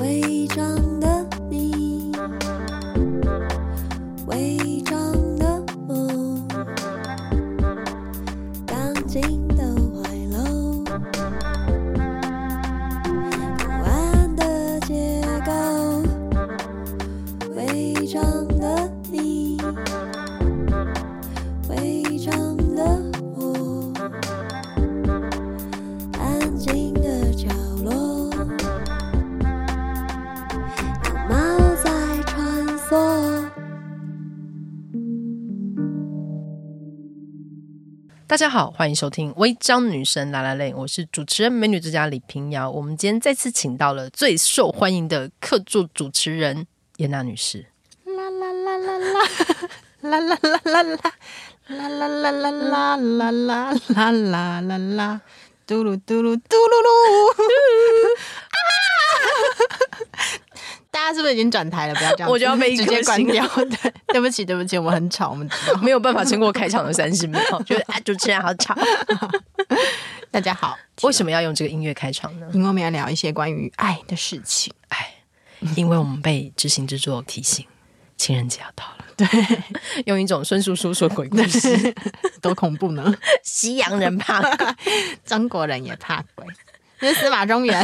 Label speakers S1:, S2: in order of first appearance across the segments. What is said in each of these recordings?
S1: 违章的你，违章的我，钢筋的怀楼，不安的结构，违章的你，违章的我，安静的角落。猫在穿梭。
S2: 大家好，欢迎收听《微章女神拉拉泪》，我是主持人美女之家李平遥。我们今天再次请到了最受欢迎的客座主持人严娜女 士。
S3: 啦啦啦啦啦啦啦啦啦啦啦啦啦啦啦啦啦啦啦啦啦，嘟噜嘟噜嘟噜 噜，啊！ 大家是不是已经转台了？不要这样子，
S2: 我就要被一
S3: 直
S2: 颗
S3: 接关
S2: 星
S3: 掉。对，对不起，对不起，我很吵，我们知道。
S2: 没有办法撑过开场的三 十秒，觉得啊主持人好吵。
S3: 大家好，
S2: 为什么要用这个音乐开场 呢？
S3: 因为我们要聊一些关于爱的事情。
S2: 哎，因为我们被执行制作提醒，情人节要到 了。
S3: 对，
S2: 用一种孙叔叔说鬼故事，
S3: 多恐怖呢！
S2: 西洋人怕鬼
S3: 中国人也怕鬼，因为司马中 原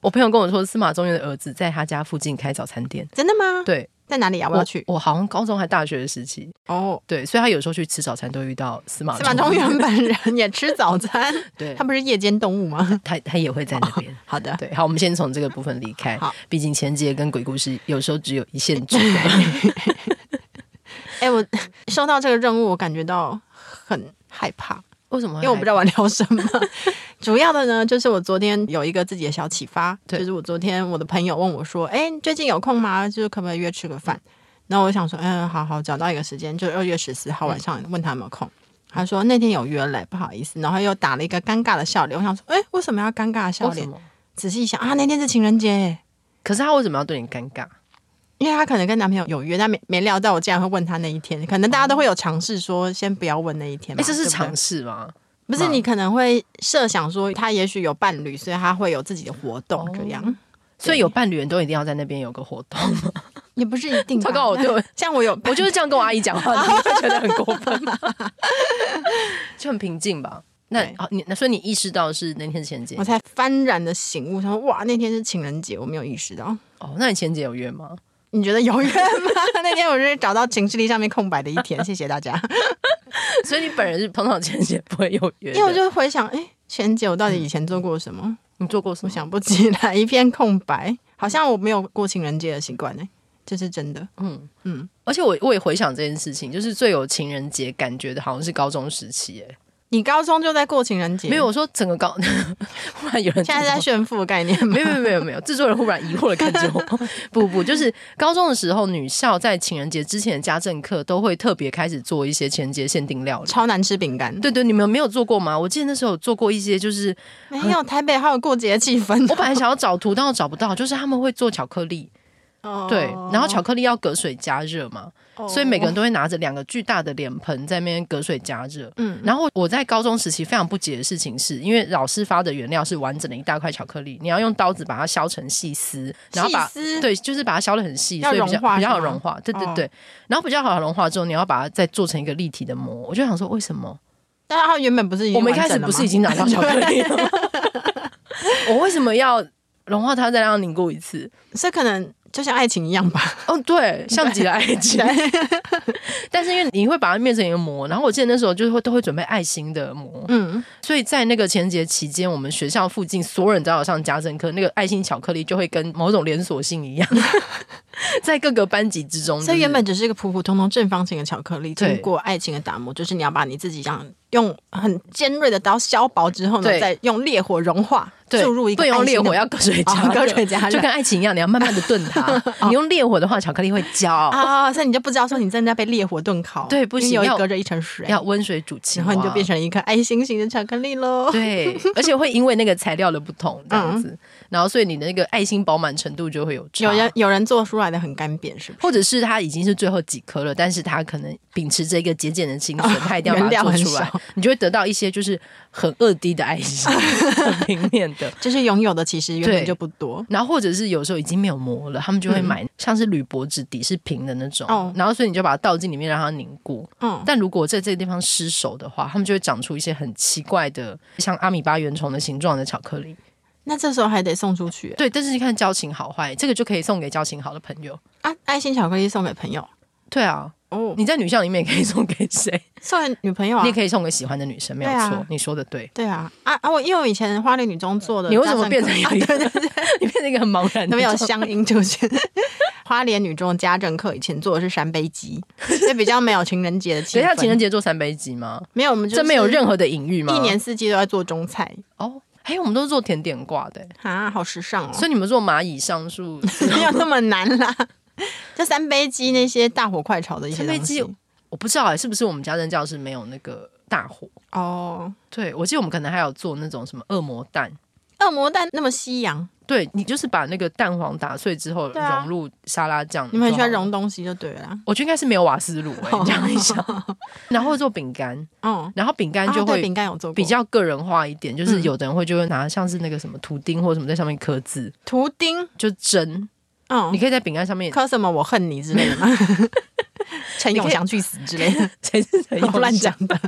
S2: 我朋友跟我说，司马中原的儿子在他家附近开早餐店。
S3: 真的吗？，
S2: 对，
S3: 在哪里啊？我要去。
S2: 我好像高中还大学的时期，
S3: 哦，
S2: 对，所以他有时候去吃早餐都遇到司马
S3: 司马中
S2: 原，
S3: 原本人也吃早餐，
S2: 对
S3: 他不是夜间动物吗？
S2: 他他也会在那边。
S3: 好的，
S2: 对，好，我们先从这个部分离开
S3: 好，
S2: 毕竟情人节跟鬼故事有时候只有一线之隔。
S3: 哎、我 收到这个任务，我感觉到很害怕，
S2: 为什么？
S3: 因为我不知道我聊什么。 主要的呢，就是我昨天有一个自己的小启发，
S2: 对
S3: 就是我昨天我的朋友问我说：“哎、最近有空吗？就是可不可以约吃个饭？”然后我想说：“嗯，好好，找到一个时间，就二月十四
S2: 嗯
S3: 号晚上，问他有没有空。他说那天有约嘞，不好意思，然后又打了一个尴尬的笑脸。我想说，哎、为什么要尴尬的笑
S2: 为什
S3: 脸？
S2: 么。
S3: 仔细一想啊，那天是情人节耶，
S2: 可是他为什么要对你尴尬？
S3: 因为她可能跟男朋友有约，但没没料到我竟然会问她那一天。可能大家都会有尝试说，先不要问那一天
S2: 哦
S3: 嘛。
S2: 哎，这
S3: 对
S2: 是
S3: 不对
S2: 尝试嗯吗？
S3: 不是你可能会设想说，她也许有伴侣，所以她会有自己的活动，这
S2: 哦
S3: 样
S2: 所以有伴侣人都一定要在那边有个活 动吗？
S3: 也不是一定吧。
S2: 糟糕我 对我
S3: 像我有，
S2: 我就是这样跟我阿姨讲话，你会觉得很过分吗？ 就很平静吧。那
S3: 对
S2: 好，你那所以你意识到是那天是情人节
S3: 我才幡然的醒悟，想说哇，那天是情人节，我没有意识到。
S2: 哦？那你情人节有约吗？
S3: 你觉得有缘吗？ 那天我是找到情绪力上面空白的一天，谢谢 大家。
S2: 所以你本人是通常情人节不会有约的，
S3: 因为我就回想，哎、情人节我到底以前做过什么？
S2: 你做过什
S3: 我
S2: 么？
S3: 想不起来，一片空白，好像我没有过情人节的习惯呢，这是真的。
S2: 嗯嗯
S3: 嗯，
S2: 而且我我也回想这件事情，就是最有情人节感觉的，好像是高中时期，哎，
S3: 你高中就在过情人节，
S2: 没有，我说整个高， 忽然有人
S3: 现在是在炫富的概念吗
S2: 没？有没有没有没有，制作人忽然疑惑的看 着我，不不，就是高中的时候，女校在情人节之前的家政课都会特别开始做一些情人节限定料理。
S3: 超难吃饼干，
S2: 对对，你们没有做过吗？我记得那时候有做过一些， 就是
S3: 没有台北还有过节气氛。
S2: 我本来想要找图，但我找不到，就是他们会做巧克力，
S3: 哦
S2: 对，然后巧克力要隔水加热嘛，所以每个人都会拿着两个巨大的脸盆在那边隔水加热。嗯
S3: 嗯，
S2: 然后我在高中时期非常不解的事情是，因为老师发的原料是完整的一大块巧克力，你要用刀子把它削成细丝，然后把
S3: 细丝
S2: 对，就是把它削的很细，
S3: 要
S2: 所以比较
S3: 融化
S2: 比较好
S3: 是吗哦
S2: 融化。对对对，然后比较好融化之后，你要把它再做成一个立体的膜。我就想说，为什么
S3: 但是他原本不是已经
S2: 我们一
S3: 完
S2: 开
S3: 整
S2: 始
S3: 了
S2: 不
S3: 吗
S2: 是已经 拿到巧克力了吗？我为什么要融化它，再让它凝固一次？
S3: 这可能就像爱情一样吧？
S2: 哦， 对，像极了爱情。 但是因为你会把它变成一个膜，然后我记得那时候就是会都会准备爱心的膜，
S3: 嗯，
S2: 所以在那个情人节期间，我们学校附近所有人都要上家政课，那个爱心巧克力就会跟某种连锁性一 样，在各个班级之中、
S3: 所以
S2: 就
S3: 原
S2: 是
S3: 本只是一个普普通通正方形的巧克力，
S2: 对
S3: 经过爱情的打磨，就是你要把你自己想用很尖锐的刀削薄之后呢，
S2: 对
S3: 再用烈火融化，
S2: 对
S3: 注入一个
S2: 不能用
S3: 爱心
S2: 烈
S3: 的
S2: 火，要隔水加
S3: 哦
S2: 热，
S3: 隔水加热
S2: 就跟爱情一样，你要慢慢的炖 它。你用烈火的话，巧克力会焦，
S3: 啊，所以你就不知道说你正在被烈火炖烤，
S2: 对不行
S3: 因为有
S2: 要
S3: 隔着一层水，
S2: 要温水煮青
S3: 然
S2: 蛙，
S3: 后你就变成一颗爱心型的巧克力喽。
S2: 对，而且会因为那个材料的不同这样子，然后所以你的那个爱心饱满程度就会有差。
S3: 嗯有人有人做出来的很干瘪，是不是？
S2: 或者是他已经是最后几颗了，但是他可能秉持着一个节俭的精神， 他一定要把它做出
S3: 原料
S2: 来
S3: 很少，
S2: 你就会得到一些就是很二 D 的爱心，很平面 的。
S3: 就是拥有的其实原
S2: 对
S3: 本就不多，
S2: 然后或者是有时候已经没有膜了，他们就会买像是铝箔纸底是平的那种，
S3: 嗯哦
S2: 然后所以你就把它倒进里面让它凝固。
S3: 嗯，
S2: 但如果在这个地方失手的话，它们就会长出一些很奇怪的，像阿米巴原虫的形状的巧克力。
S3: 那这时候还得送出去
S2: 对，但是你看交情好坏，这个就可以送给交情好的朋友。
S3: 啊！爱心巧克力送给朋友
S2: 对啊，
S3: 哦，
S2: 你在女校里面也可以送给谁？
S3: 送给女朋友啊
S2: 你也？可以送给喜欢的女生，没有
S3: 对啊
S2: 错，你说的对。
S3: 对啊，啊啊！我因为我以前花莲女中做的，
S2: 你为什么变成一
S3: 啊
S2: 个？
S3: 对对对
S2: 你变成一个很茫然的
S3: 那边有
S2: 状态
S3: 乡音出现。 花莲女中的家政课以前做的是三杯 鸡，所以比较没有情人节的气
S2: 等一
S3: 氛。
S2: 下情人节做三杯鸡吗？
S3: 没有，我们就是
S2: 这没有任何的隐喻吗？
S3: 一年四季都在做中菜
S2: 哦，哎、我们都是做甜点挂的、欸
S3: 啊，好时尚哦，
S2: 所以你们做蚂蚁上树
S3: 没有那么难啦。就三杯鸡那些大火快炒的一些
S2: 三杯鸡
S3: 东西，
S2: 我不知道哎、是不是我们家政教室没有那个大火？
S3: 哦，
S2: 对，我记得我们可能还有做那种什么恶魔蛋。
S3: 恶魔蛋那么西洋，
S2: 对你就是把那个蛋黄打碎之后
S3: 对啊
S2: 融入沙拉酱，
S3: 你们很喜欢
S2: 就好了？
S3: 融东西就对了啦。
S2: 我觉得应该是没有瓦斯炉哎、你这样一 想，然后做饼干，
S3: 哦，
S2: 然后饼干
S3: 啊
S2: 就
S3: 对
S2: 会
S3: 饼干有做过
S2: 比较个人化一点，就是
S3: 嗯
S2: 有的人会就会拿像是那个什么图钉或什么在上面刻字，
S3: 图钉，
S2: 就针，
S3: 嗯
S2: 你，可以在饼干上面，
S3: 刻什么我恨你之类的吗？陈永祥去死之 类的，
S2: 谁是谁
S3: 我 乱讲，的。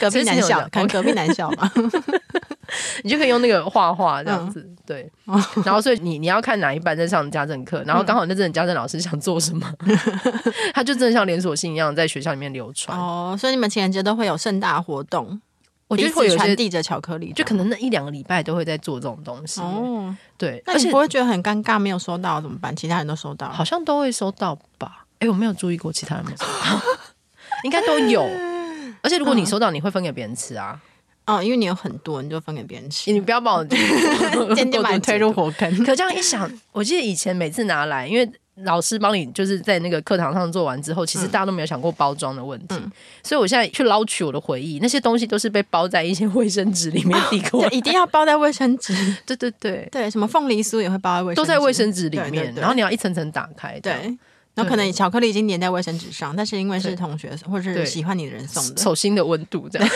S3: 隔壁
S2: 谁是
S3: 男
S2: 陈永
S3: 校
S2: 祥，
S3: 看隔壁男 校吧。
S2: 你就可以用那个画画这样子，
S3: 嗯
S2: 对。
S3: 哦
S2: 然后所以你你要看哪一班在上家政
S3: 嗯
S2: 课，然后刚好那阵家政老师想做什 么，他就真的像连锁性一样在学校里面流传。
S3: 哦，所以你们情人节都会有盛大活动，
S2: 我觉得
S3: 彼此
S2: 会有一
S3: 传
S2: 些，
S3: 递着巧克力这
S2: 就
S3: 样，
S2: 可能那一两个礼拜都会在做这种东西，
S3: 哦。
S2: 对，
S3: 那
S2: 而
S3: 你
S2: 且
S3: 不会觉得很尴尬，没有收到怎么办？其他人都收到了，
S2: 好像都会收到吧？哎、我没有注意过其他人有没有收 到，应该都 有。而且如果
S3: 嗯
S2: 你收到，你会分给别人吃啊！
S3: 哦，因为你有很多，你就分给别人吃，
S2: 你不要把我
S3: 渐渐把你推入火 坑。
S2: 可这样一想，我记得以前每次拿来，因为老师帮你就是在那个课堂上做完之后，其实
S3: 嗯
S2: 大家都没有想过包装的问题，所以我现在去捞取我的回忆，那些东西都是被包在一些卫生纸里面递过来，，
S3: 对一定要包在卫生纸。
S2: 对对对，
S3: 对，什么凤梨酥也会包在卫生纸，
S2: 都在卫生纸里面，
S3: 对对对
S2: 然后你要一层层打开，这样
S3: 对。然后可能巧克力已经粘在卫生纸上，但是因为
S2: 对
S3: 是同学或
S2: 对
S3: 是喜欢你的人送的，
S2: 手心的温度这样。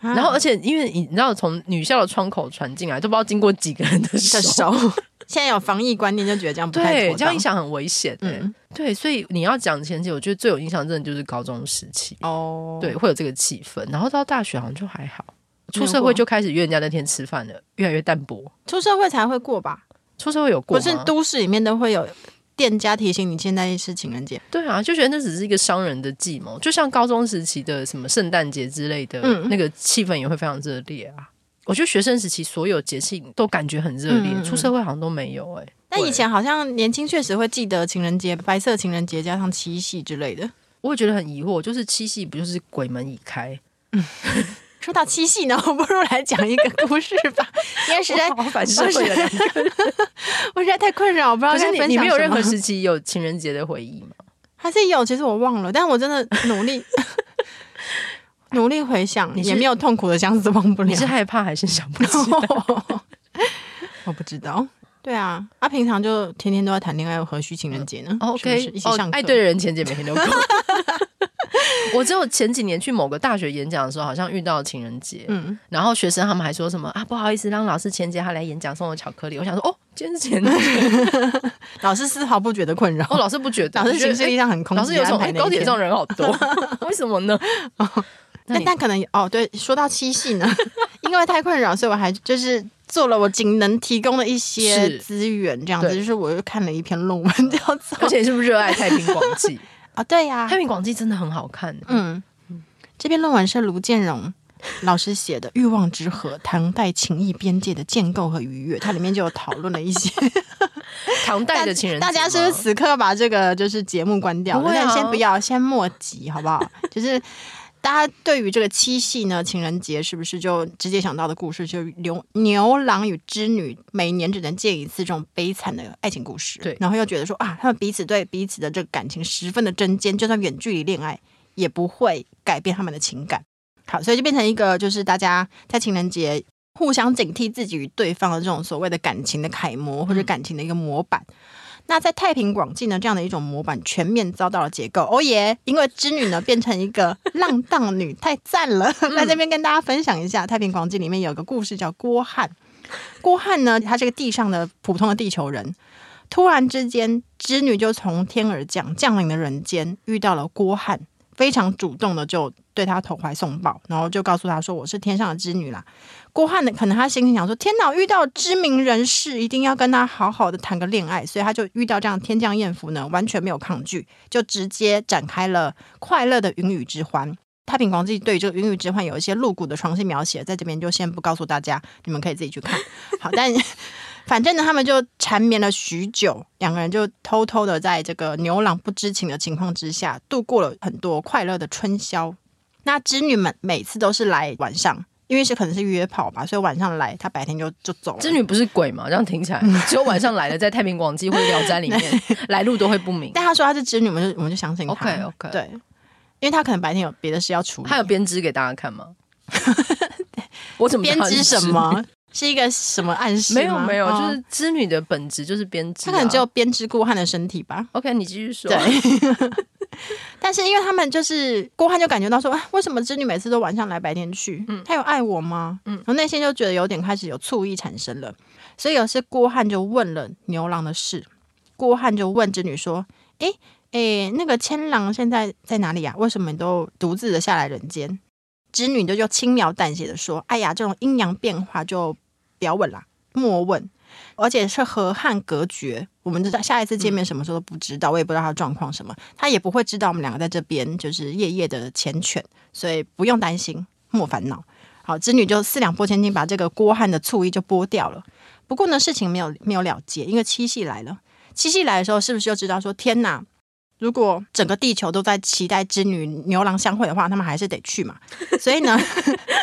S3: 啊
S2: 然后，而且因为你知道，从女校的窗口传进来，都不知道经过几个人的手，
S3: 的手。 现在有防疫观念，就觉得这样不太
S2: 对，
S3: 妥
S2: 这样
S3: 当
S2: 一。想很危险、欸。
S3: 嗯
S2: 对，所以你要讲前期，我觉得最有印象真的就是高中时期，
S3: 哦，
S2: 对，，会有这个气氛。然后到大学好像就还好，
S3: 没
S2: 出
S3: 有
S2: 社
S3: 过
S2: 会就开始约人家那天吃饭了，越来越淡薄。
S3: 出社会才会过吧？
S2: 出社会有过
S3: 不
S2: 吗？
S3: 是都市里面都会有店家提醒你现在是情人节，
S2: 对啊，就觉得那只是一个商人的计谋，就像高中时期的什么圣诞节之类的，
S3: 嗯
S2: 那个气氛也会非常热烈啊。我觉得学生时期所有节庆都感觉很热烈，
S3: 嗯嗯嗯
S2: 出社会好像都没有哎、
S3: 但以前好像年轻确实会记得情人节、白色情人节加上七夕之类的。
S2: 我也觉得很疑惑，就是七夕不就是鬼门已开？
S3: 说到七夕呢，我不如来讲一个故事 吧，因为实在
S2: 好反
S3: 社会的 两
S2: 个。
S3: 我实在太困扰，我不知道
S2: 可是
S3: 该
S2: 你
S3: 分
S2: 你
S3: 享
S2: 没有
S3: 什
S2: 任
S3: 么
S2: 何 时期有情人节的回忆吗？
S3: 还是有，其实我忘了，但我真的努 力努力回想，
S2: 你是
S3: 也没有痛苦的相思忘不了
S2: 你。是害怕还是想不起来？
S3: 我不知道。对啊，啊，平常就天天都在谈恋爱，何须情人节呢、
S2: 哦，OK，
S3: 是不是一起
S2: 哦
S3: 上，课
S2: 爱对的人前姐每天都过。 我只有前几年去某个大学演讲的时候，好像遇到情人节，
S3: 嗯，
S2: 然后学生他们还说什么啊，不好意思，让老师前节他来演讲送我巧克力。我想说，哦，今天是前节，
S3: 老师丝毫不觉得困扰，
S2: 哦，老师不觉得，
S3: 老
S2: 就
S3: 师
S2: 觉
S3: 情
S2: 得
S3: 绪力
S2: 哎
S3: 上很空
S2: 老
S3: 直
S2: 师
S3: 接
S2: 有
S3: 安
S2: 种
S3: 排
S2: 哎
S3: 那一
S2: 高铁
S3: 天哦
S2: 上人好多， 为什么 呢？那
S3: 但
S2: 你
S3: 但可能哦，对，说到七夕呢， 因为太困扰，所以我还就是做了我仅能提供的一些
S2: 是
S3: 资源，这样子，
S2: 对
S3: 就是我又看了一篇论文，叫做
S2: 而且你是不是热爱《太平广记》？
S3: 啊，对呀、
S2: 《太平广记》真的很好看，
S3: 嗯，这篇论文是卢建荣老师写的《欲望之河：唐代情谊边界的建构和逾越》，它里面就有讨论了一些。
S2: 唐代的情人节
S3: 大
S2: 吗，
S3: 家是不是此刻把这个就是节目关掉
S2: 不
S3: 了？
S2: 会啊
S3: 但先不要，先莫急，好不好？就是大家对于这个七夕呢，情人节是不是就直接想到的故事，就是牛牛郎与织女每年只能见一次这种悲惨的爱情故事？
S2: 对
S3: 然后又觉得说啊，他们彼此对彼此的这个感情十分的针尖，就算远距离恋爱也不会改变他们的情感。好，所以就变成一个就是大家在情人节互相警惕自己与对方的这种所谓的感情的楷模
S2: 嗯
S3: 或者感情的一个模板。那在太平广记呢，这样的一种模板全面遭到了解构。哦耶！因为织女呢变成一个浪荡女，太赞了！ 在这边跟大家分享一下，太平广记里面有个故事叫郭汉。郭汉呢，他是个地上的普通的地球人，突然之间，织女就从天而降，降临了人间，遇到了郭汉，非常主动的就对他投怀送抱，然后就告诉他说：“我是天上的织女啦。”郭汉呢，可能他心里想说：“天哪，遇到知名人士，一定要跟他好好的谈个恋爱。”所以他就遇到这样天降艳福呢，完全没有抗拒，就直接展开了快乐的云雨之欢。太平广记对于这个云雨之欢有一些露骨的床戏描写，在这边就先不告诉大家，你们可以自己去看。 好，但反正呢，他们就缠绵了许久，两个人就偷偷的在这个牛郎不知情的情况之下，度过了很多快乐的春宵。那织女们每次都是来晚上，因为是可能是约炮吧，所以晚上来，她白天就就走了。
S2: 织女不是鬼嘛？这样听起来， 只有晚上来了，在太平广记或者聊斋里 面来路都会不明。
S3: 但她说她是织女，我们就我们就相信她。
S2: OK，OK
S3: 对，因为她可能白天有别的事要处理。
S2: 他有编织给大家看 吗？我怎么知
S3: 编
S2: 道
S3: 织
S2: 是
S3: 什
S2: 织女？
S3: 么？是一个什么暗示吗？
S2: 没有没有，
S3: 哦
S2: 就是织女的本质就是编织、啊。
S3: 她可能只有编织过汉的身体吧。
S2: OK，你继续说。
S3: 对。 但是因为他们就是郭汉就感觉到说，啊，为什么织女每次都晚上来白天去？嗯，他有爱我吗？嗯，然后内心就觉得有点开始有醋意产生了。所以有次郭汉就问了牛郎的事，郭汉就问织女说：“诶诶，那个千郎现在在哪里呀、为什么你都独自的下来人间？”织女就就轻描淡写的说：“哎呀，这种阴阳变化就不要问啦，莫问。”而且是河汉隔绝，我们在下一次见面什么时候都不知道，我也不知道他的状况什么，他也不会知道我们两个在这边就是夜夜的缱绻，所以不用担心，莫烦恼。好，织女就四两拨千斤，把这个郭汉的醋意就剥掉了。不过呢，事情没有没有了结，因为七夕来了。七夕来的时候，是不是就知道说，天哪！如果整个地球都在期待织女牛郎相会的话，他们还是得去嘛。所以呢，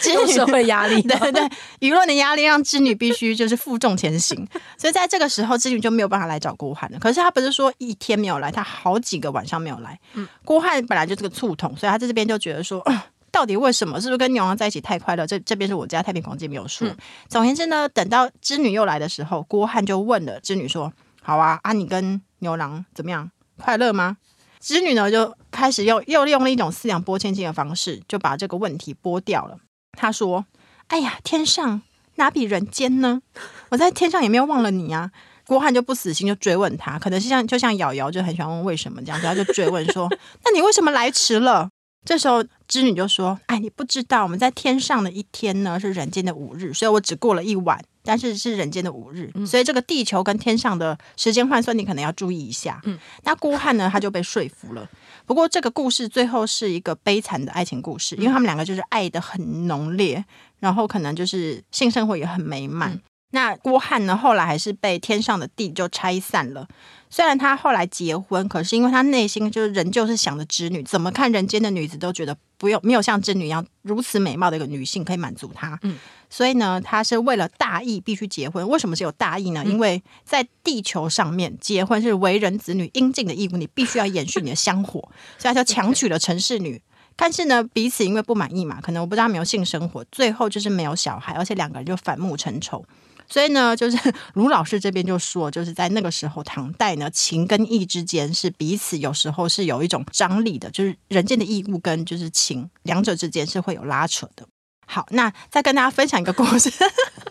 S3: 织
S2: 有
S3: 女
S2: 社会压力
S3: 对 对对，舆论的压力让织女必须就是负重前行，所以在这个时候，织女就没有办法来找郭汉了。可是她不是说一天没有来，她好几个晚上没有来。郭汉本来就是个醋桶，所以他在这边就觉得说。啊到底为什么？是不是跟牛郎在一起太快乐？这这边是我家太平广记没有说。总而言之呢，等到织女又来的时候，郭汉就问了织女说：“好啊，啊，你跟牛郎怎么样？快乐吗？”织女呢就开始用又用了一种四两拨千斤的方式，就把这个问题拨掉了。她说：“哎呀，天上哪比人间呢？我在天上也没有忘了你啊。郭汉就不死心，就追问他，可能是像就像瑶瑶就很喜欢问为什么这样子，他就追问说：“那你为什么来迟了？”这时候织女就说：“哎，你不知道，我们在天上的一天呢是人间的五日，所以我只过了一晚，但是是人间的五日，所以这个地球跟天上的时间换算，你可能要注意一下。”嗯，那郭汉呢，他就被说服了。不过这个故事最后是一个悲惨的爱情故事，因为他们两个就是爱的很浓烈，然后可能就是性生活也很美满。那郭汉呢，后来还是被天上的地就拆散了。虽然他后来结婚，可是因为他内心就是仍旧是想着织女，怎么看人间的女子都觉得不用没有像织女一样如此美貌的一个女性可以满足他。嗯，所以呢，他是为了大义必须结婚。为什么是有大义呢？因为在地球上面，结婚是为人子女应尽的义务，你必须要延续你的香火，所以他就强娶了城市女。但是呢，彼此因为不满意嘛，可能我不知道他没有性生活，最后就是没有小孩，而且两个人就反目成仇。所以呢，就是卢老师这边就说，就是在那个时候，唐代呢，情跟义之间是彼此有时候是有一种张力的，就是人间的义务跟就是情两者之间是会有拉扯的。好，那再跟大家分享一个故事，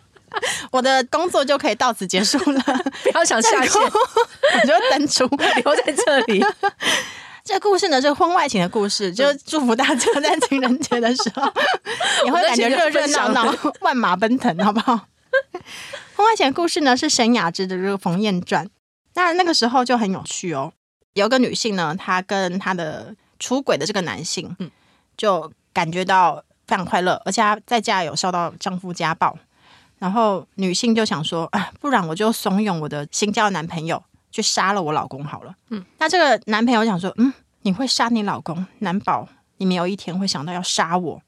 S3: 我的工作就可以到此结束了，
S2: 不要想 下线，
S3: 我就登出。
S2: 留在这里。
S3: 这个故事呢是婚外情的故事，就是祝福大家在情人节的时 候也会感觉热热闹闹、万马奔腾，好不好？ 婚外情的故事呢是沈雅芝的这个《冯燕传》，那那个时候就很有趣哦。有个女性呢，她跟她的出轨的这个男性，嗯，就感觉到非常快乐，而且她在家有受到丈夫家暴，然后女性就想说啊，不然我就怂恿我的新交的男朋友去杀了我老公好了。嗯，那这个男朋友想说，嗯，你会杀你老公，难保你没有一天会想到要杀我。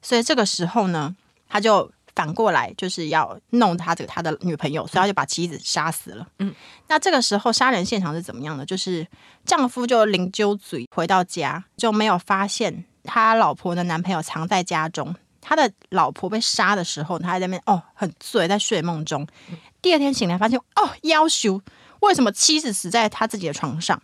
S3: 所以这个时候呢，他就反过来就是要弄他这个他的女朋友，所以他就把妻子杀死了。嗯，那这个时候杀人现场是怎么样的？就是丈夫就零揪嘴回到家，就没有发现他老婆的男朋友藏在家中。他的老婆被杀的时候，他还在那边哦很醉，在睡梦中。第二天醒来发现哦要求为什么妻子死在他自己的床上？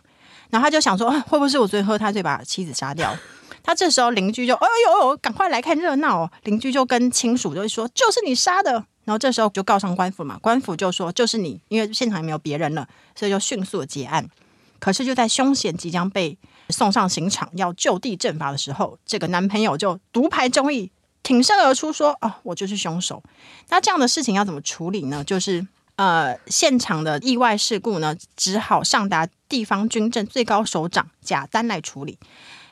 S3: 然后他就想说，啊、会不会是我昨天喝太醉把妻子杀掉？ 他这时候邻居就，哎呦呦，赶快来看热闹、哦！邻居就跟亲属就会说，就是你杀的。然后这时候就告上官府嘛，官府就说就是你，因为现场也没有别人了，所以就迅速地结案。可是就在凶嫌即将被送上刑场要就地正法的时候，这个男朋友就独排众议，挺身而出说，哦，我就是凶手。那这样的事情要怎么处理呢？就是呃，现场的意外事故呢，只好上达地方军政最高首长贾丹来处理。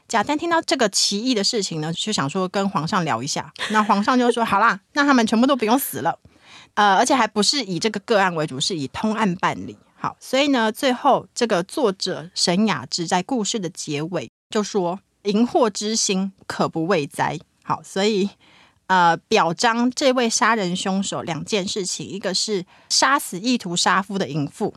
S3: 贾丹听到这个奇异的事情呢，就想说跟皇上聊一下。那皇上就说：“好啦，那他们全部都不用死了。”呃，而且还不是以这个个案为主，是以通案办理。好，所以呢，最后这个作者沈雅芝在故事的结尾就说：“荧惑之心，可不畏哉。”好，所以呃，表彰这位杀人凶手两件事情，一个是杀死意图杀夫的淫妇，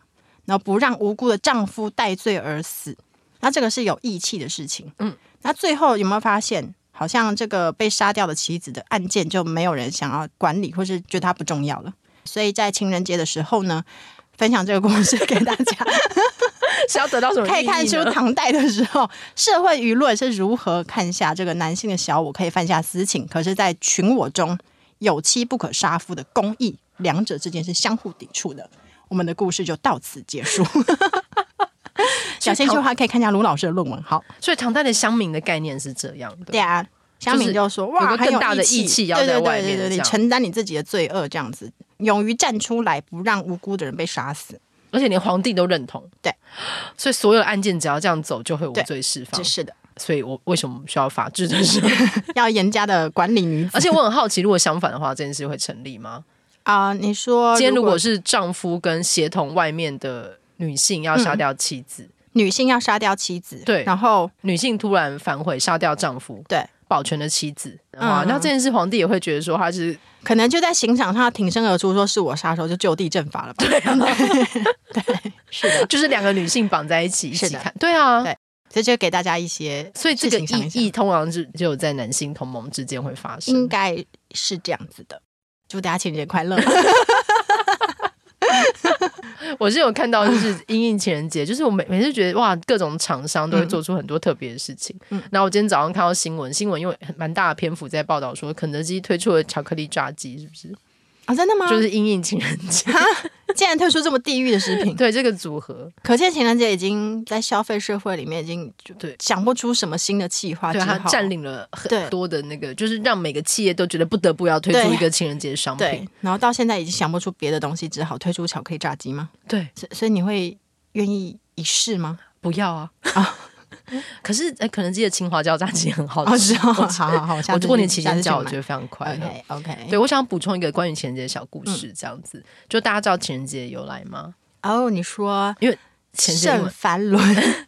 S3: 然后不让无辜的丈夫戴罪而死，那这个是有义气的事情。嗯，那最后有没有发现，好像这个被杀掉的妻子的案件就没有人想要管理，或是觉得它不重要了？所以在情人节的时候呢，分享这个故事给大家。
S2: 是要得到什么？
S3: 可以看出，唐代的时候，社会舆论是如何看下这个男性的小我可以犯下私情，可是，在群我中有妻不可杀夫的公义，两者之间是相互抵触的。我们的故事就到此 结束。小兴趣的话，可以看一下卢老师的论文。好，
S2: 所以唐代的乡民的概念是这样的。
S3: 对啊，小敏就说：“哇，
S2: 有个
S3: 很
S2: 更大的
S3: 义
S2: 义气要
S3: 对对
S2: 在外
S3: 对对
S2: 面
S3: 对，
S2: 这
S3: 你
S2: 样
S3: 承担你自己的罪恶，这样子，勇于站出来，不让无辜的人被杀死，
S2: 而且连皇帝都认同。
S3: 对，
S2: 所以所有的案件只要这样走，就会无
S3: 对
S2: 罪释放
S3: 这。是的，
S2: 所以我为什么需要法治的 时候？
S3: 要严加的管理女子
S2: 而且我很好奇，如果相反的话，这件事会成立吗？
S3: 啊、你说，
S2: 今天如果是丈夫跟协同外面的女性要杀掉妻子，
S3: 女性要杀掉妻子，
S2: 对
S3: 然后
S2: 女性突然反悔杀掉丈夫，
S3: 对，
S2: 保全了妻子，
S3: 嗯
S2: 哇！那这件事皇帝也会觉得说他是
S3: 可能就在刑场上挺身而出，说是我杀手，就就地正法了吧？对、对，是 的，
S2: 就是两个女性绑在一起一
S3: 是
S2: 起
S3: 的
S2: 看，对啊。
S3: 对所以就给大家一些，
S2: 所以这个
S3: 事情想
S2: 意
S3: 一想
S2: 义通常是只有在男性同盟之间会发生。
S3: 应该是这样子 的。祝大家情人节快乐！
S2: 我是有看到，就是因应情人节，就是我每每次觉得哇，各种厂商都会做出很多特别的事情。
S3: 嗯
S2: 然后我今天早上看到新闻，新闻因为蛮大的篇幅在报道说，肯德基推出了巧克力炸鸡，是不是？
S3: 啊、真的吗？
S2: 就是因应情人节，
S3: 啊竟然推出这么地狱的食 品，
S2: 对这个组合，
S3: 可见情人节已经在消费社会里面已经就
S2: 对
S3: 想不出什么新的计划，
S2: 对它
S3: 只啊好
S2: 占领了很
S3: 对
S2: 多的那个，就是让每个企业都觉得不得不要推出
S3: 对
S2: 一个情人节商
S3: 对
S2: 品。，
S3: 然后到现在已经想不出别的东西，只好推出巧克力炸鸡吗？
S2: 对，
S3: 所所以你会愿意一试吗？
S2: 不要啊！可是哎，肯德基的青花椒炸鸡很好
S3: 哦，
S2: 吃
S3: 是。哦，好好好，下
S2: 我
S3: 次
S2: 过
S3: 去
S2: 年期
S3: 下
S2: 间
S3: 次去
S2: 叫，我
S3: 买
S2: 觉得非常快嗯乐。
S3: OK OK，
S2: 对，我想补充一个关于情人节的小故事，这样子，就大家知道情人节的由来吗？
S3: 哦，你说
S2: 情人节的英
S3: 圣
S2: 文
S3: 凡伦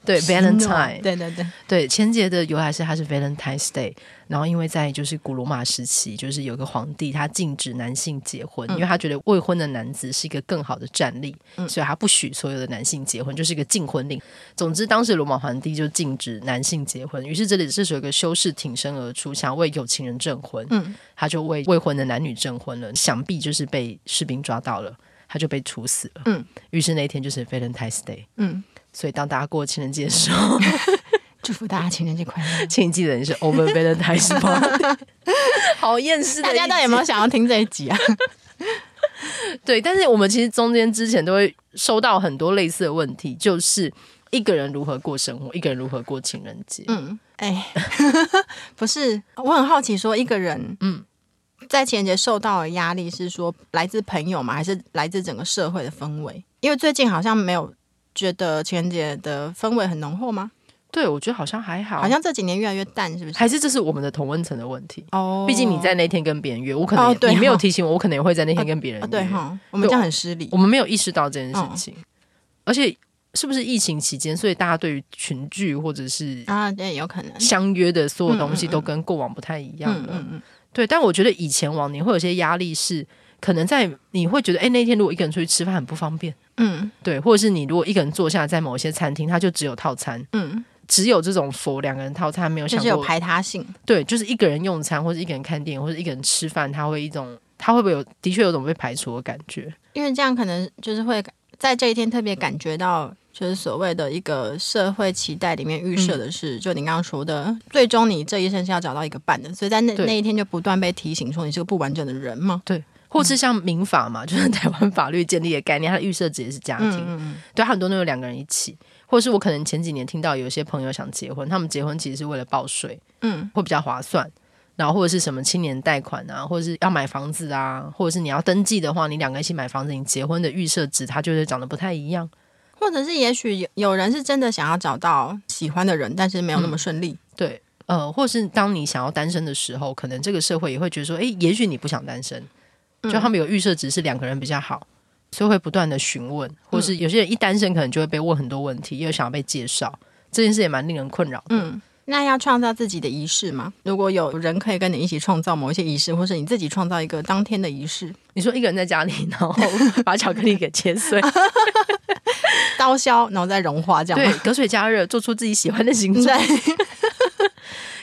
S2: 对 Valentine，
S3: 对对对，
S2: 对情人节的由来是它是 Valentine's Day，然后因为在就是古罗马时期，就是有个皇帝他禁止男性结
S3: 嗯
S2: 婚，因为他觉得未婚的男子是一个更好的战力，所以他不许所有的男性结婚，就是一个禁婚令。总之，当时罗马皇帝就禁止男性结婚，于是这里这时候有个修士挺身而出，想要为有情人证婚，
S3: 嗯
S2: 他就为未婚的男女证婚了，想必就是被士兵抓到了，他就被处死了。
S3: 嗯，
S2: 于是那一天就是 Valentine's Day。
S3: 嗯，
S2: 所以，当大家过情人节的时候，
S3: 祝福大家情人节快乐。
S2: 请记得你是 over Valentine's Party，好厌世的
S3: 大
S2: 一集。
S3: 家到底有没有想要听这一集啊？
S2: 对？但是我们其实中间之前都会收到很多类似的问题，就是一个人如何过生活，一个人如何过情人节。
S3: 嗯，哎， 不是，我很好奇，说一个人，嗯
S2: 嗯，
S3: 在情人节受到的压力是说来自朋友吗？还是来自整个社会的氛围？因为最近好像没有觉得情人节的氛围很浓厚吗？
S2: 对，我觉得好像还好，
S3: 好像这几年越来越淡，是不是？
S2: 还是这是我们的同温层的问题。
S3: 哦
S2: 毕竟你在那天跟别人约，我可能
S3: 哦对
S2: 也你没
S3: 哦
S2: 有提醒我，我可能也会在那天跟别人
S3: 啊，
S2: 约。
S3: 对哈，我们
S2: 对
S3: 这样很失礼哦
S2: 我。们没有意识到这件事情，而且是不是疫情期间，所以大家对于群聚或者是
S3: 啊，对，有可能，
S2: 相约的所有东西都跟过往不太一样
S3: 嗯
S2: 了？
S3: 嗯嗯，
S2: 对，但我觉得以前往年会有些压力是，可能在你会觉得，哎，那天如果一个人出去吃饭很不方便，
S3: 嗯
S2: 对，或者是你如果一个人坐下在某一些餐厅，它就只有套餐，
S3: 嗯，
S2: 只有这种佛两个人套餐，没有
S3: 就
S2: 想
S3: 是有
S2: 过
S3: 排他性，
S2: 对，就是一个人用餐，或者一个人看电影，或者一个人吃饭，他会一种，他会不会有的确有种被排除的感觉？
S3: 因为这样可能就是会在这一天特别感觉到，就是所谓的一个社会期待里面预设
S2: 嗯
S3: 的是，就你刚刚说的，最终你这一生是要找到一个伴的，所以在那
S2: 对
S3: 那一天就不断被提醒说你是个不完整的人嘛。
S2: 或
S3: 嗯
S2: 是像民法嘛，就是台湾法律建立的概念，它的预设值也是家庭，
S3: 嗯
S2: 对，它很多都有两个人一起，或是我可能前几年听到有一些朋友想结婚，他们结婚其实是为了报税，
S3: 嗯
S2: 会比较划算。然后或者是什么青年贷款啊，或者是要买房子啊，或者是你要登记的话，你两个一起买房子，你结婚的预设值它就会长得不太一样。
S3: 或者是也许有有人是真的想要找到喜欢的人，但是没有那么
S2: 嗯
S3: 顺利。
S2: 对，呃，或是当你想要单身的时候，可能这个社会也会觉得说，诶，也许你不想单身，
S3: 嗯
S2: 就他们有预设值是两个人比较好，所以会不断的询问，或
S3: 嗯
S2: 是有些人一单身可能就会被问很多问题，又想要被介绍，这件事也蛮令人困扰的。
S3: 嗯，那要创造自己的仪式嘛？如果有人可以跟你一起创造某一些仪式，或是你自己创造一个当天的仪式，
S2: 你说一个人在家里，然后 把巧克力给切 碎，
S3: 刀削然后再融化这样
S2: 对
S3: 吗？，
S2: 隔水加热，做出自己喜欢的形状。
S3: 对，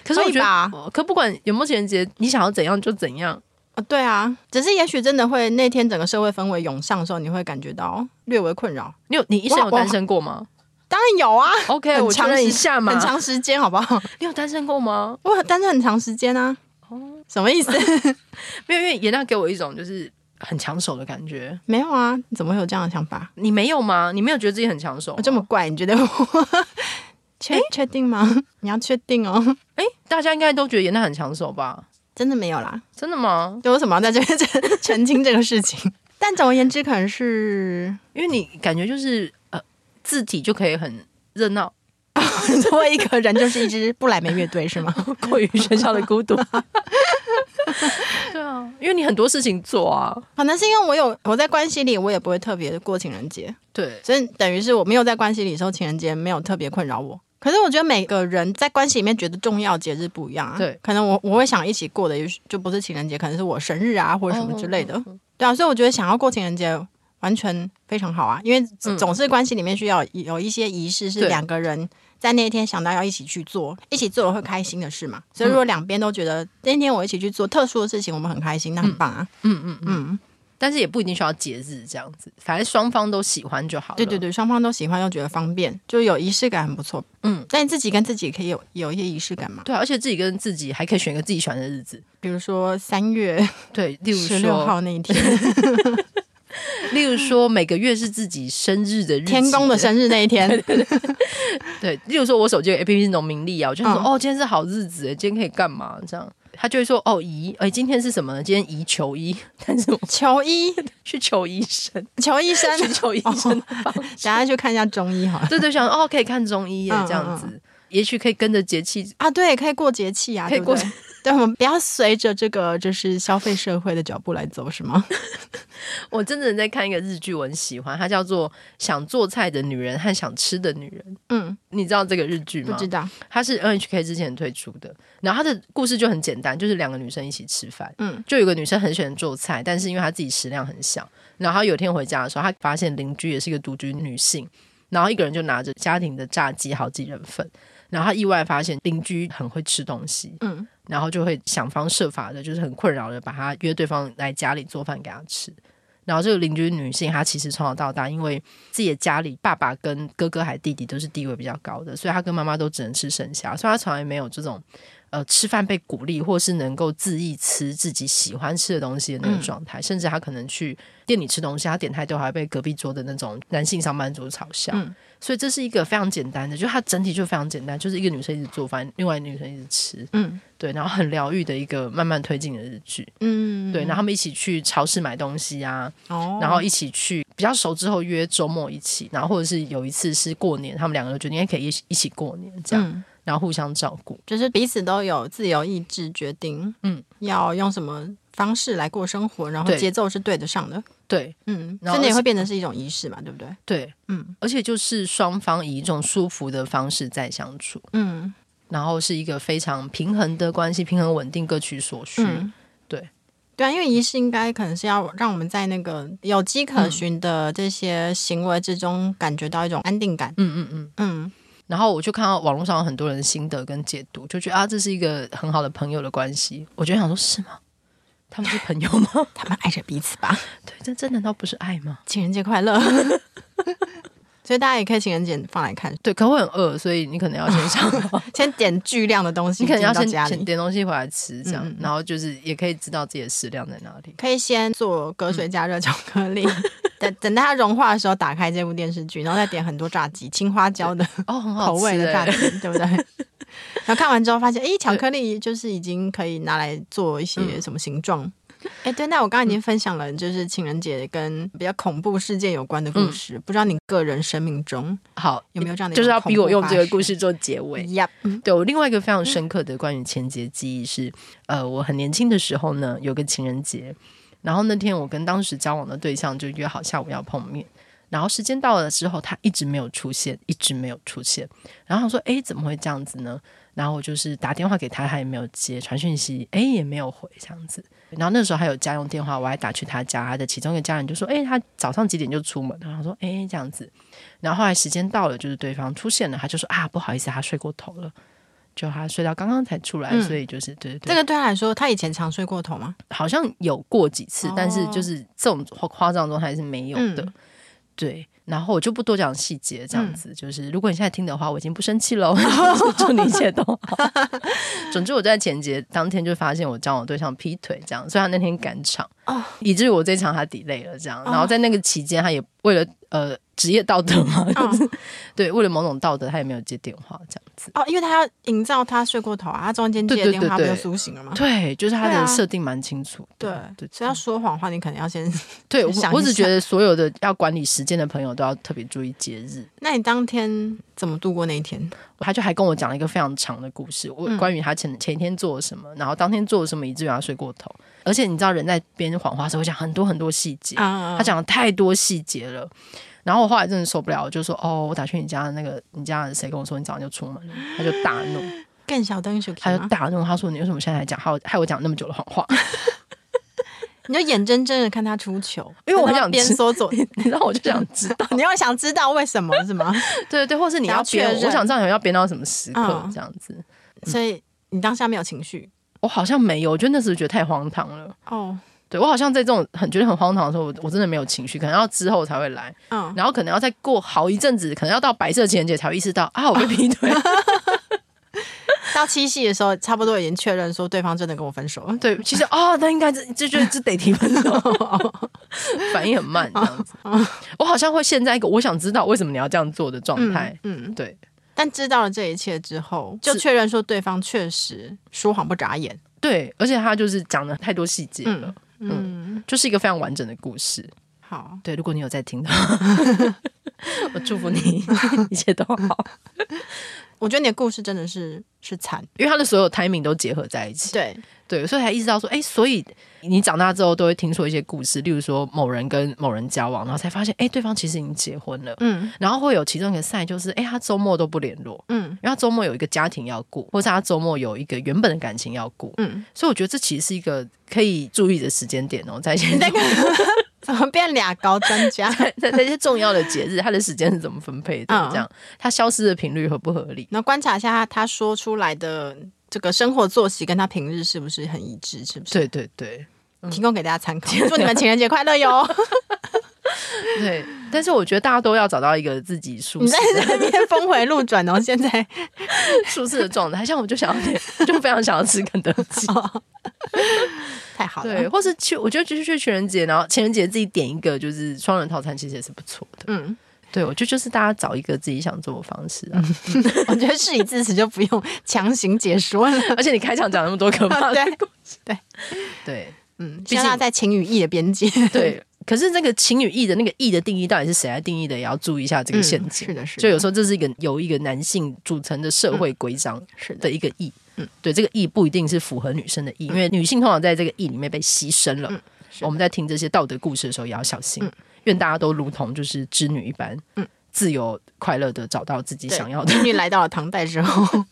S2: 可是我
S3: 可以
S2: 觉
S3: 吧
S2: 得，可不管有没有情人节，你想要怎样就怎样。
S3: 哦对啊，只是也许真的会那天整个社会氛围涌上的时候，你会感觉到略微困扰。
S2: 你有你一生
S3: 哇
S2: 有
S3: 哇
S2: 单身过吗
S3: 当然有啊，
S2: ？OK，
S3: 很
S2: 我确
S3: 长
S2: 认一
S3: 时
S2: 下嘛
S3: 很。长时间，好不好？
S2: 你有单身过吗？
S3: 我单身很长时间啊。
S2: 哦
S3: 什么意思？
S2: 没有，因为颜料给我一种就是很抢手的感觉。
S3: 没有啊，你怎么会有这样的想法？哦
S2: 你没有吗？你没有觉得自己很抢手吗？
S3: 我这么怪，你觉得我确确定吗？ 你要确定哦，
S2: 哎，大家应该都觉得颜料很抢手吧？
S3: 真的没有啦。
S2: 真的吗？
S3: 对，为什么要在这边 澄澄清这个事情？但总而言之，可能是
S2: 因为你感觉就是呃，字体就可以很热闹，
S3: 多一个人就是一支布莱梅乐队，是吗？
S2: 过于喧嚣的孤独。 对啊，因为你很多事情做啊。
S3: 可能是因为我有我在关系里，我也不会特别地过情人节，
S2: 对，
S3: 所以等于是我没有在关系里的时候，情人节没有特别困扰我。可是我觉得每个人在关系里面觉得重要的节日不一样啊，
S2: 对
S3: 可能我我会想一起过的，也许就不是情人节，可能是我生日啊或者什么之类
S2: 嗯
S3: 的，对啊，所以我觉得想要过情人节完全非常好啊，因为
S2: 嗯
S3: 总是关系里面需要有一些仪式，是
S2: 对
S3: 两个人在那一天想到要一起去做，一起做了会开心的事嘛。
S2: 嗯
S3: 所以如果两边都觉得那天我一起去做特殊的事情，我们很开心，那很棒啊。
S2: 嗯嗯嗯。
S3: 嗯，
S2: 但是也不一定需要节日这样子，反正双方都喜欢就好了。
S3: 对对，对，双方都喜欢又觉得方便，就有仪式感，很不错。
S2: 嗯，
S3: 但自己跟自己可以有有一些仪式感嘛，
S2: 对啊、而且自己跟自己还可以选一个自己喜欢的日子。
S3: 比如说三月
S2: 对，例如说
S3: 十六号那一天，
S2: 例如说，每个月是自己生日的日期，
S3: 天公的生日那一天，
S2: 对。例如说，我手机有 A P P 是农民历啊，我就想说、
S3: 嗯
S2: 哦，今天是好日子，今天可以干嘛？这样，他就会说哦，宜，哎，今天是什么呢？今天宜求医， 但是我
S3: 求医
S2: 去求医生，
S3: 求医生，
S2: 去求医生的方 式，
S3: 大家去看一下中医好 了。
S2: 对对，想哦，可以看中医耶，
S3: 哦嗯
S2: 这样子，
S3: 嗯
S2: 也许可以跟着节气。
S3: 啊，对，可以过节气啊，
S2: 可以过
S3: 对不对。对，我们不要随着这个就是消费社会的脚步来走，是吗？
S2: 我真的在看一个日剧，我很喜欢，它叫做《想做菜的女人和想吃的女人》。
S3: 嗯，
S2: 你知道这个日剧
S3: 不
S2: 吗？
S3: 知道。
S2: 它是 NHK 之前推出的，然后它的故事就很简单，就是两个女生一起吃饭，
S3: 嗯
S2: 就有个女生很喜欢做菜，但是因为她自己食量很小，然后她有天回家的时候，她发现邻居也是一个独居女性，然后一个人就拿着家庭的炸鸡好几人份，然后她意外发现邻居很会吃东西，
S3: 嗯
S2: 然后就会想方设法的，就是很困扰的把她约对方来家里做饭给她吃。然后这个邻居女性，她其实从小到大，因为自己的家里爸爸跟哥哥还弟弟都是地位比较高的，所以她跟妈妈都只能吃剩下，所以她从来没有这种呃吃饭被鼓励，或是能够恣意吃自己喜欢吃的东西的
S3: 嗯
S2: 那种状态。甚至她可能去店里吃东西，她点太多还会被隔壁桌的那种男性上班族嘲笑。
S3: 嗯
S2: 所以这是一个非常简单的，就它整体就非常简单，就是一个女生一直做饭，另外一个女生一直吃，
S3: 嗯
S2: 对，然后很疗愈的一个慢慢推进的日剧。
S3: 嗯，
S2: 对，然后他们一起去超市买东西啊，
S3: 哦，
S2: 然后一起去比较熟之后约周末一起，然后或者是有一次是过年，他们两个就决定哎可以一起一起过年这样，
S3: 嗯，
S2: 然后互相照顾。
S3: 就是彼此都有自由意志决定，
S2: 嗯，
S3: 要用什么方式来过生活，然后
S2: 对
S3: 节奏是对得上的。
S2: 对
S3: 嗯，
S2: 然后
S3: 真的
S2: 而
S3: 也
S2: 且
S3: 会变成是一种仪式嘛，对不对？
S2: 对，
S3: 嗯
S2: 而且就是双方以一种舒服的方式在相处，
S3: 嗯
S2: 然后是一个非常平衡的关系，平衡稳定，各取所需。
S3: 嗯，
S2: 对
S3: 对啊，因为仪式应该可能是要让我们在那个有迹可循的这些行为之中感觉到一种安定感。
S2: 嗯嗯嗯。
S3: 嗯
S2: 然后我就看到网络上有很多人心得跟解读，就觉得啊，这是一个很好的朋友的关系。我就想说，是吗？他们是朋友 吗？
S3: 他们爱着彼此吧。
S2: 对，这这难道不是爱吗？
S3: 情人节 快乐！所以大家也可以情人节放来看，
S2: 对，可会很饿，所以你可能要先 上网，
S3: 先点巨量的东西
S2: 你可能
S3: 进
S2: 要
S3: 到
S2: 先
S3: 家
S2: 先
S3: 里，
S2: 点东西回来吃，这样，
S3: 嗯嗯嗯
S2: 然后就是也可以知道自己的食量在 哪里。
S3: 可以先做隔
S2: 嗯
S3: 水加热巧 克力，等等它融化的时候打开这部电视剧，然后再点很多炸鸡，青花椒的
S2: 哦， 很好
S3: 口
S2: 吃、
S3: 味 的炸
S2: 欸
S3: 鸡，对不对？然后看完之后发现，诶，巧克力就是已经可以拿来做一
S2: 嗯
S3: 些什么形状。诶，对，那我刚刚已经分享了，就是情人节跟比较恐怖事件有关的故
S2: 嗯
S3: 事，不知道你个人生命中
S2: 好，
S3: 有没有这样 的一
S2: 就
S3: 种
S2: 是要逼我用这个故
S3: 恐
S2: 事做结尾。
S3: 怖发生？Yep，
S2: 对嗯我另外一个非常深刻的关于情人节记忆是，呃，我很年轻的时候呢，有个情人节，然后那天我跟当时交往的对象就约好下午要碰面，然后时间到了之后，他一直没有出现，一直没有出现，然后他说，诶，怎么会这样子呢？然后我就是打电话给他，他也没有接，传讯息，诶，也没有回，这样子。然后那时候还有家用电话，我还打去他家，他的其中一个家人就说，诶，他早上几点就出门？然后说，诶，这样子。然后后来时间到了，就是对方出现了，他就说啊，不好意思，他睡过头了，就他睡到刚刚才出来，
S3: 嗯
S2: 所以就是对对对，
S3: 这个对他来说，他以前常睡过头吗？
S2: 好像有过几次，
S3: 哦
S2: 但是就是这种夸夸张的状态是没有的。
S3: 嗯
S2: 对，然后我就不多讲细节，这样子、就是如果你现在听的话，我已经 不生气了，就是祝你一切都好。 总之，我在前节当天就发现我交往对象劈腿，这样，所以他那天赶场，
S3: 哦
S2: 以至于我这场他 delay 了，这样。
S3: 哦
S2: 然后在那个期间，他也为了呃职业道德嘛，
S3: 哦
S2: 就是、 对，为了某种道德，他也没有接电话，这样子。
S3: 哦，因为他要营造他睡过头啊，他中间接
S2: 对
S3: 了
S2: 对
S3: 电话不
S2: 对
S3: 就
S2: 对
S3: 苏醒了吗？
S2: 对，就是他
S3: 哦对
S2: 的
S3: 啊
S2: 设定蛮清楚
S3: 对
S2: 的。对，
S3: 所以要说谎话，你可能要先。
S2: 对我
S3: 想一，
S2: 我只
S3: 想
S2: 觉得所有的要管理时间的朋友都要特别注意节日。
S3: 那你当天怎么度过那一天？
S2: 他就还跟我讲了一个非常长的故事，我
S3: 嗯
S2: 关于他前前一天做了什么，然后当天做了什么，以至于他睡过头。而且你知道，人在编谎话的时候会讲很多很多细节，
S3: 啊
S2: 他讲了太多细节了。然后我后来真的受不了，我就说：“哦，我打去你家的那个你家的谁跟我说你早上就出门了？”他就大 怒，
S3: 更小灯小
S2: 他就大怒，他说：“你为什么现在还讲，害我害我讲那么久的谎话？”
S3: 你就眼睁睁的看他出糗，
S2: 因为我很
S3: 然后
S2: 想
S3: 边
S2: 吃
S3: 缩左，
S2: 你知道，我就想知道，
S3: 你要想知道为什么 是吗？
S2: 对对，或是你
S3: 想
S2: 要
S3: 要
S2: 编，
S3: 确认
S2: 我想知道你要编到什么时刻
S3: 嗯
S2: 这样子。
S3: 所以你当下没有情绪
S2: 我好像没有，我觉得那时候觉得太荒唐了。
S3: 哦，
S2: 对我好像在这种很觉得很荒唐的时候，我我真的没有情绪，可能要之后才会来，
S3: 嗯，
S2: 然后可能要再过好一阵子，可能要到白色情人节才会意识到啊，我被劈 腿。
S3: 到七夕的时候，差不多已经确认说对方真的跟我分手了。
S2: 对，其实哦，那应该这这就这得提分手，反应很慢这 样子。
S3: 嗯
S2: 我好像会陷在一个我想知道为什么你要这样做的状态。
S3: 嗯，嗯
S2: 对
S3: 但知道了这一切之后，就是确认说对方确实说谎不眨眼。
S2: 对，而且他就是讲了太多细节了，
S3: 嗯，
S2: 就是一个非常完整的故事。
S3: 好，
S2: 对，如果你有在听的话， 我祝福你 一切都好。
S3: 我觉得你的故事真的是是惨，
S2: 因为他的所有 timing 都结合在一起，
S3: 对，
S2: 对，所以才意识到说，哎，所以你长大之后都会听说一些故事，例如说某人跟某人交往，然后才发现，哎，对方其实已经结婚了，
S3: 嗯
S2: 然后会有其中一个 sign 就是，哎，他周末都不联络，
S3: 嗯
S2: 因为他周末有一个家庭要顾，或是他周末有一个原本的感情要顾，
S3: 嗯，
S2: 所以我觉得这其实是一个可以注意的时间点哦，在一些
S3: 你那个怎么变俩高专家？
S2: 在在一些重要的节日，他的时间是怎么分配的？
S3: 嗯
S2: 这样，他消失的频率合不合理？
S3: 那观察一下他他说出来的这个生活作息跟他平日是不是很一致，是不是？
S2: 对对对，
S3: 提供给大家参考。祝你们情人节快乐 哟！
S2: 对，但是我觉得大家都要找到一个自己舒
S3: 你
S2: 适
S3: 在
S2: 的、
S3: 那边峰回路转哦，现在
S2: 舒适的状态。像我就想要点，就非常想要吃肯德基，
S3: 太好 了。
S2: 对，或是去，我觉得就是去情人节，然后情人节自己点一个就是双人套餐，其实也是不错的。
S3: 嗯，
S2: 对，我觉得就是大家找一个自己想做的方式啊。
S3: 我觉得事已至此就不用强行解 说了。
S2: 而且你开场讲那么多可怕的
S3: 对
S2: 故事，
S3: 对
S2: 对
S3: 嗯，
S2: 竟
S3: 希望大家在情与义的边界。
S2: 对。可是那个情与义的那个义的定义到底是谁来定义的，也要注意一下这个陷阱。
S3: 嗯是的是的
S2: 嗯就有时候这是一个由一个男性组成的社会规章
S3: 是的
S2: 的一个义。嗯，对，这个意不一定是符合女生的意，因为女性通常在这个意里面被牺牲了。
S3: 是的
S2: 我们在听这些道德故事的时候也要小心。
S3: 嗯
S2: 愿大家都如同就是织女一般，
S3: 嗯
S2: 自由快乐的找到自己
S3: 对
S2: 想要的，
S3: 英女来到了唐代之后，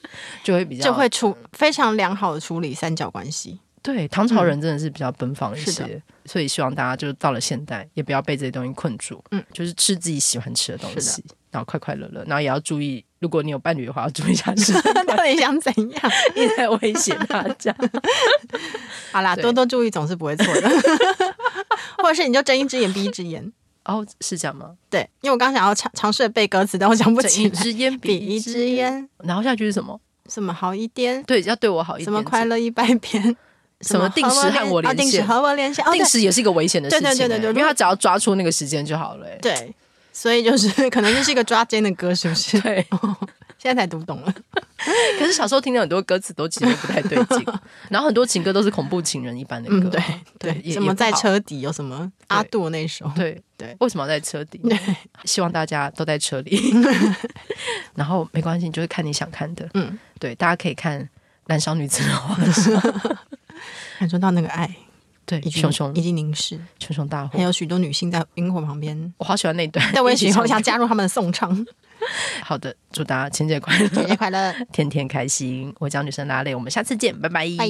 S2: 就会比较
S3: 就会处非常良好的处理三角 关系。
S2: 对，唐朝人真的是比较奔放一
S3: 嗯是
S2: 些，
S3: 的
S2: 所以希望大家就是到了现代，也不要被这些东西困住，
S3: 嗯，
S2: 就是吃自己喜欢吃的东
S3: 是
S2: 西，然后快快乐乐，然后也要注意，如果你有伴侣的话，要注意一 下是
S3: 到底想怎样？
S2: 一直在威胁大家。
S3: 好啦，
S2: 对
S3: 多多注意总是不会错的， 或者是你就睁一只眼闭一只眼。
S2: 哦，是这样吗？
S3: 对，因为我刚想要尝尝试背歌词，但我想不
S2: 睁
S3: 起
S2: 一
S3: 来。
S2: 支烟
S3: 比
S2: 比
S3: 一
S2: 一
S3: 支
S2: 支
S3: 烟，
S2: 然后下去是什么？
S3: 什么好一点，
S2: 对，要对我好一点。
S3: 什么快？乐一百遍，
S2: 什么定时和我
S3: 哦
S2: 连
S3: 定时
S2: 线
S3: 和我连线，哦，
S2: 定
S3: 对
S2: 时也是一个危险的事
S3: 对
S2: 情、
S3: 对
S2: 欸，
S3: 对对对
S2: 因为他只要抓住那个时间就好了、欸。
S3: 对，所以就是 可能就是一个抓奸的歌，是不是？ 哦
S2: 对，
S3: 现在才读懂了。
S2: 可是小时候听的很多歌词都其实不太对 劲，然后很多情歌都是恐怖情人一般的歌，
S3: 嗯，对
S2: 对
S3: 对，
S2: 也
S3: 什
S2: 也
S3: 么
S2: 不
S3: 在
S2: 好
S3: 车底有什么阿杜那首，
S2: 对
S3: 对
S2: 为什么要在车底？
S3: 对，
S2: 希望大家都在车 里，然后没关系，你就是看你想看的。
S3: 嗯，
S2: 对，大家可以看《男少女 子的花时候》
S3: 感受到那个爱
S2: 对，
S3: 以及
S2: 熊熊哦
S3: 以及凝视，
S2: 熊熊大
S3: 还
S2: 火，
S3: 有许多女性在萤火 旁边。
S2: 我好喜欢那一段。
S3: 但我也
S2: 一起
S3: 喜欢
S2: 唱
S3: 想加入他们的颂唱，
S2: 好的，祝大家情人节快
S3: 节日
S2: 乐，
S3: 快乐，
S2: 天天开心。我讲女生拉累，我们下次见，拜拜，
S3: 拜。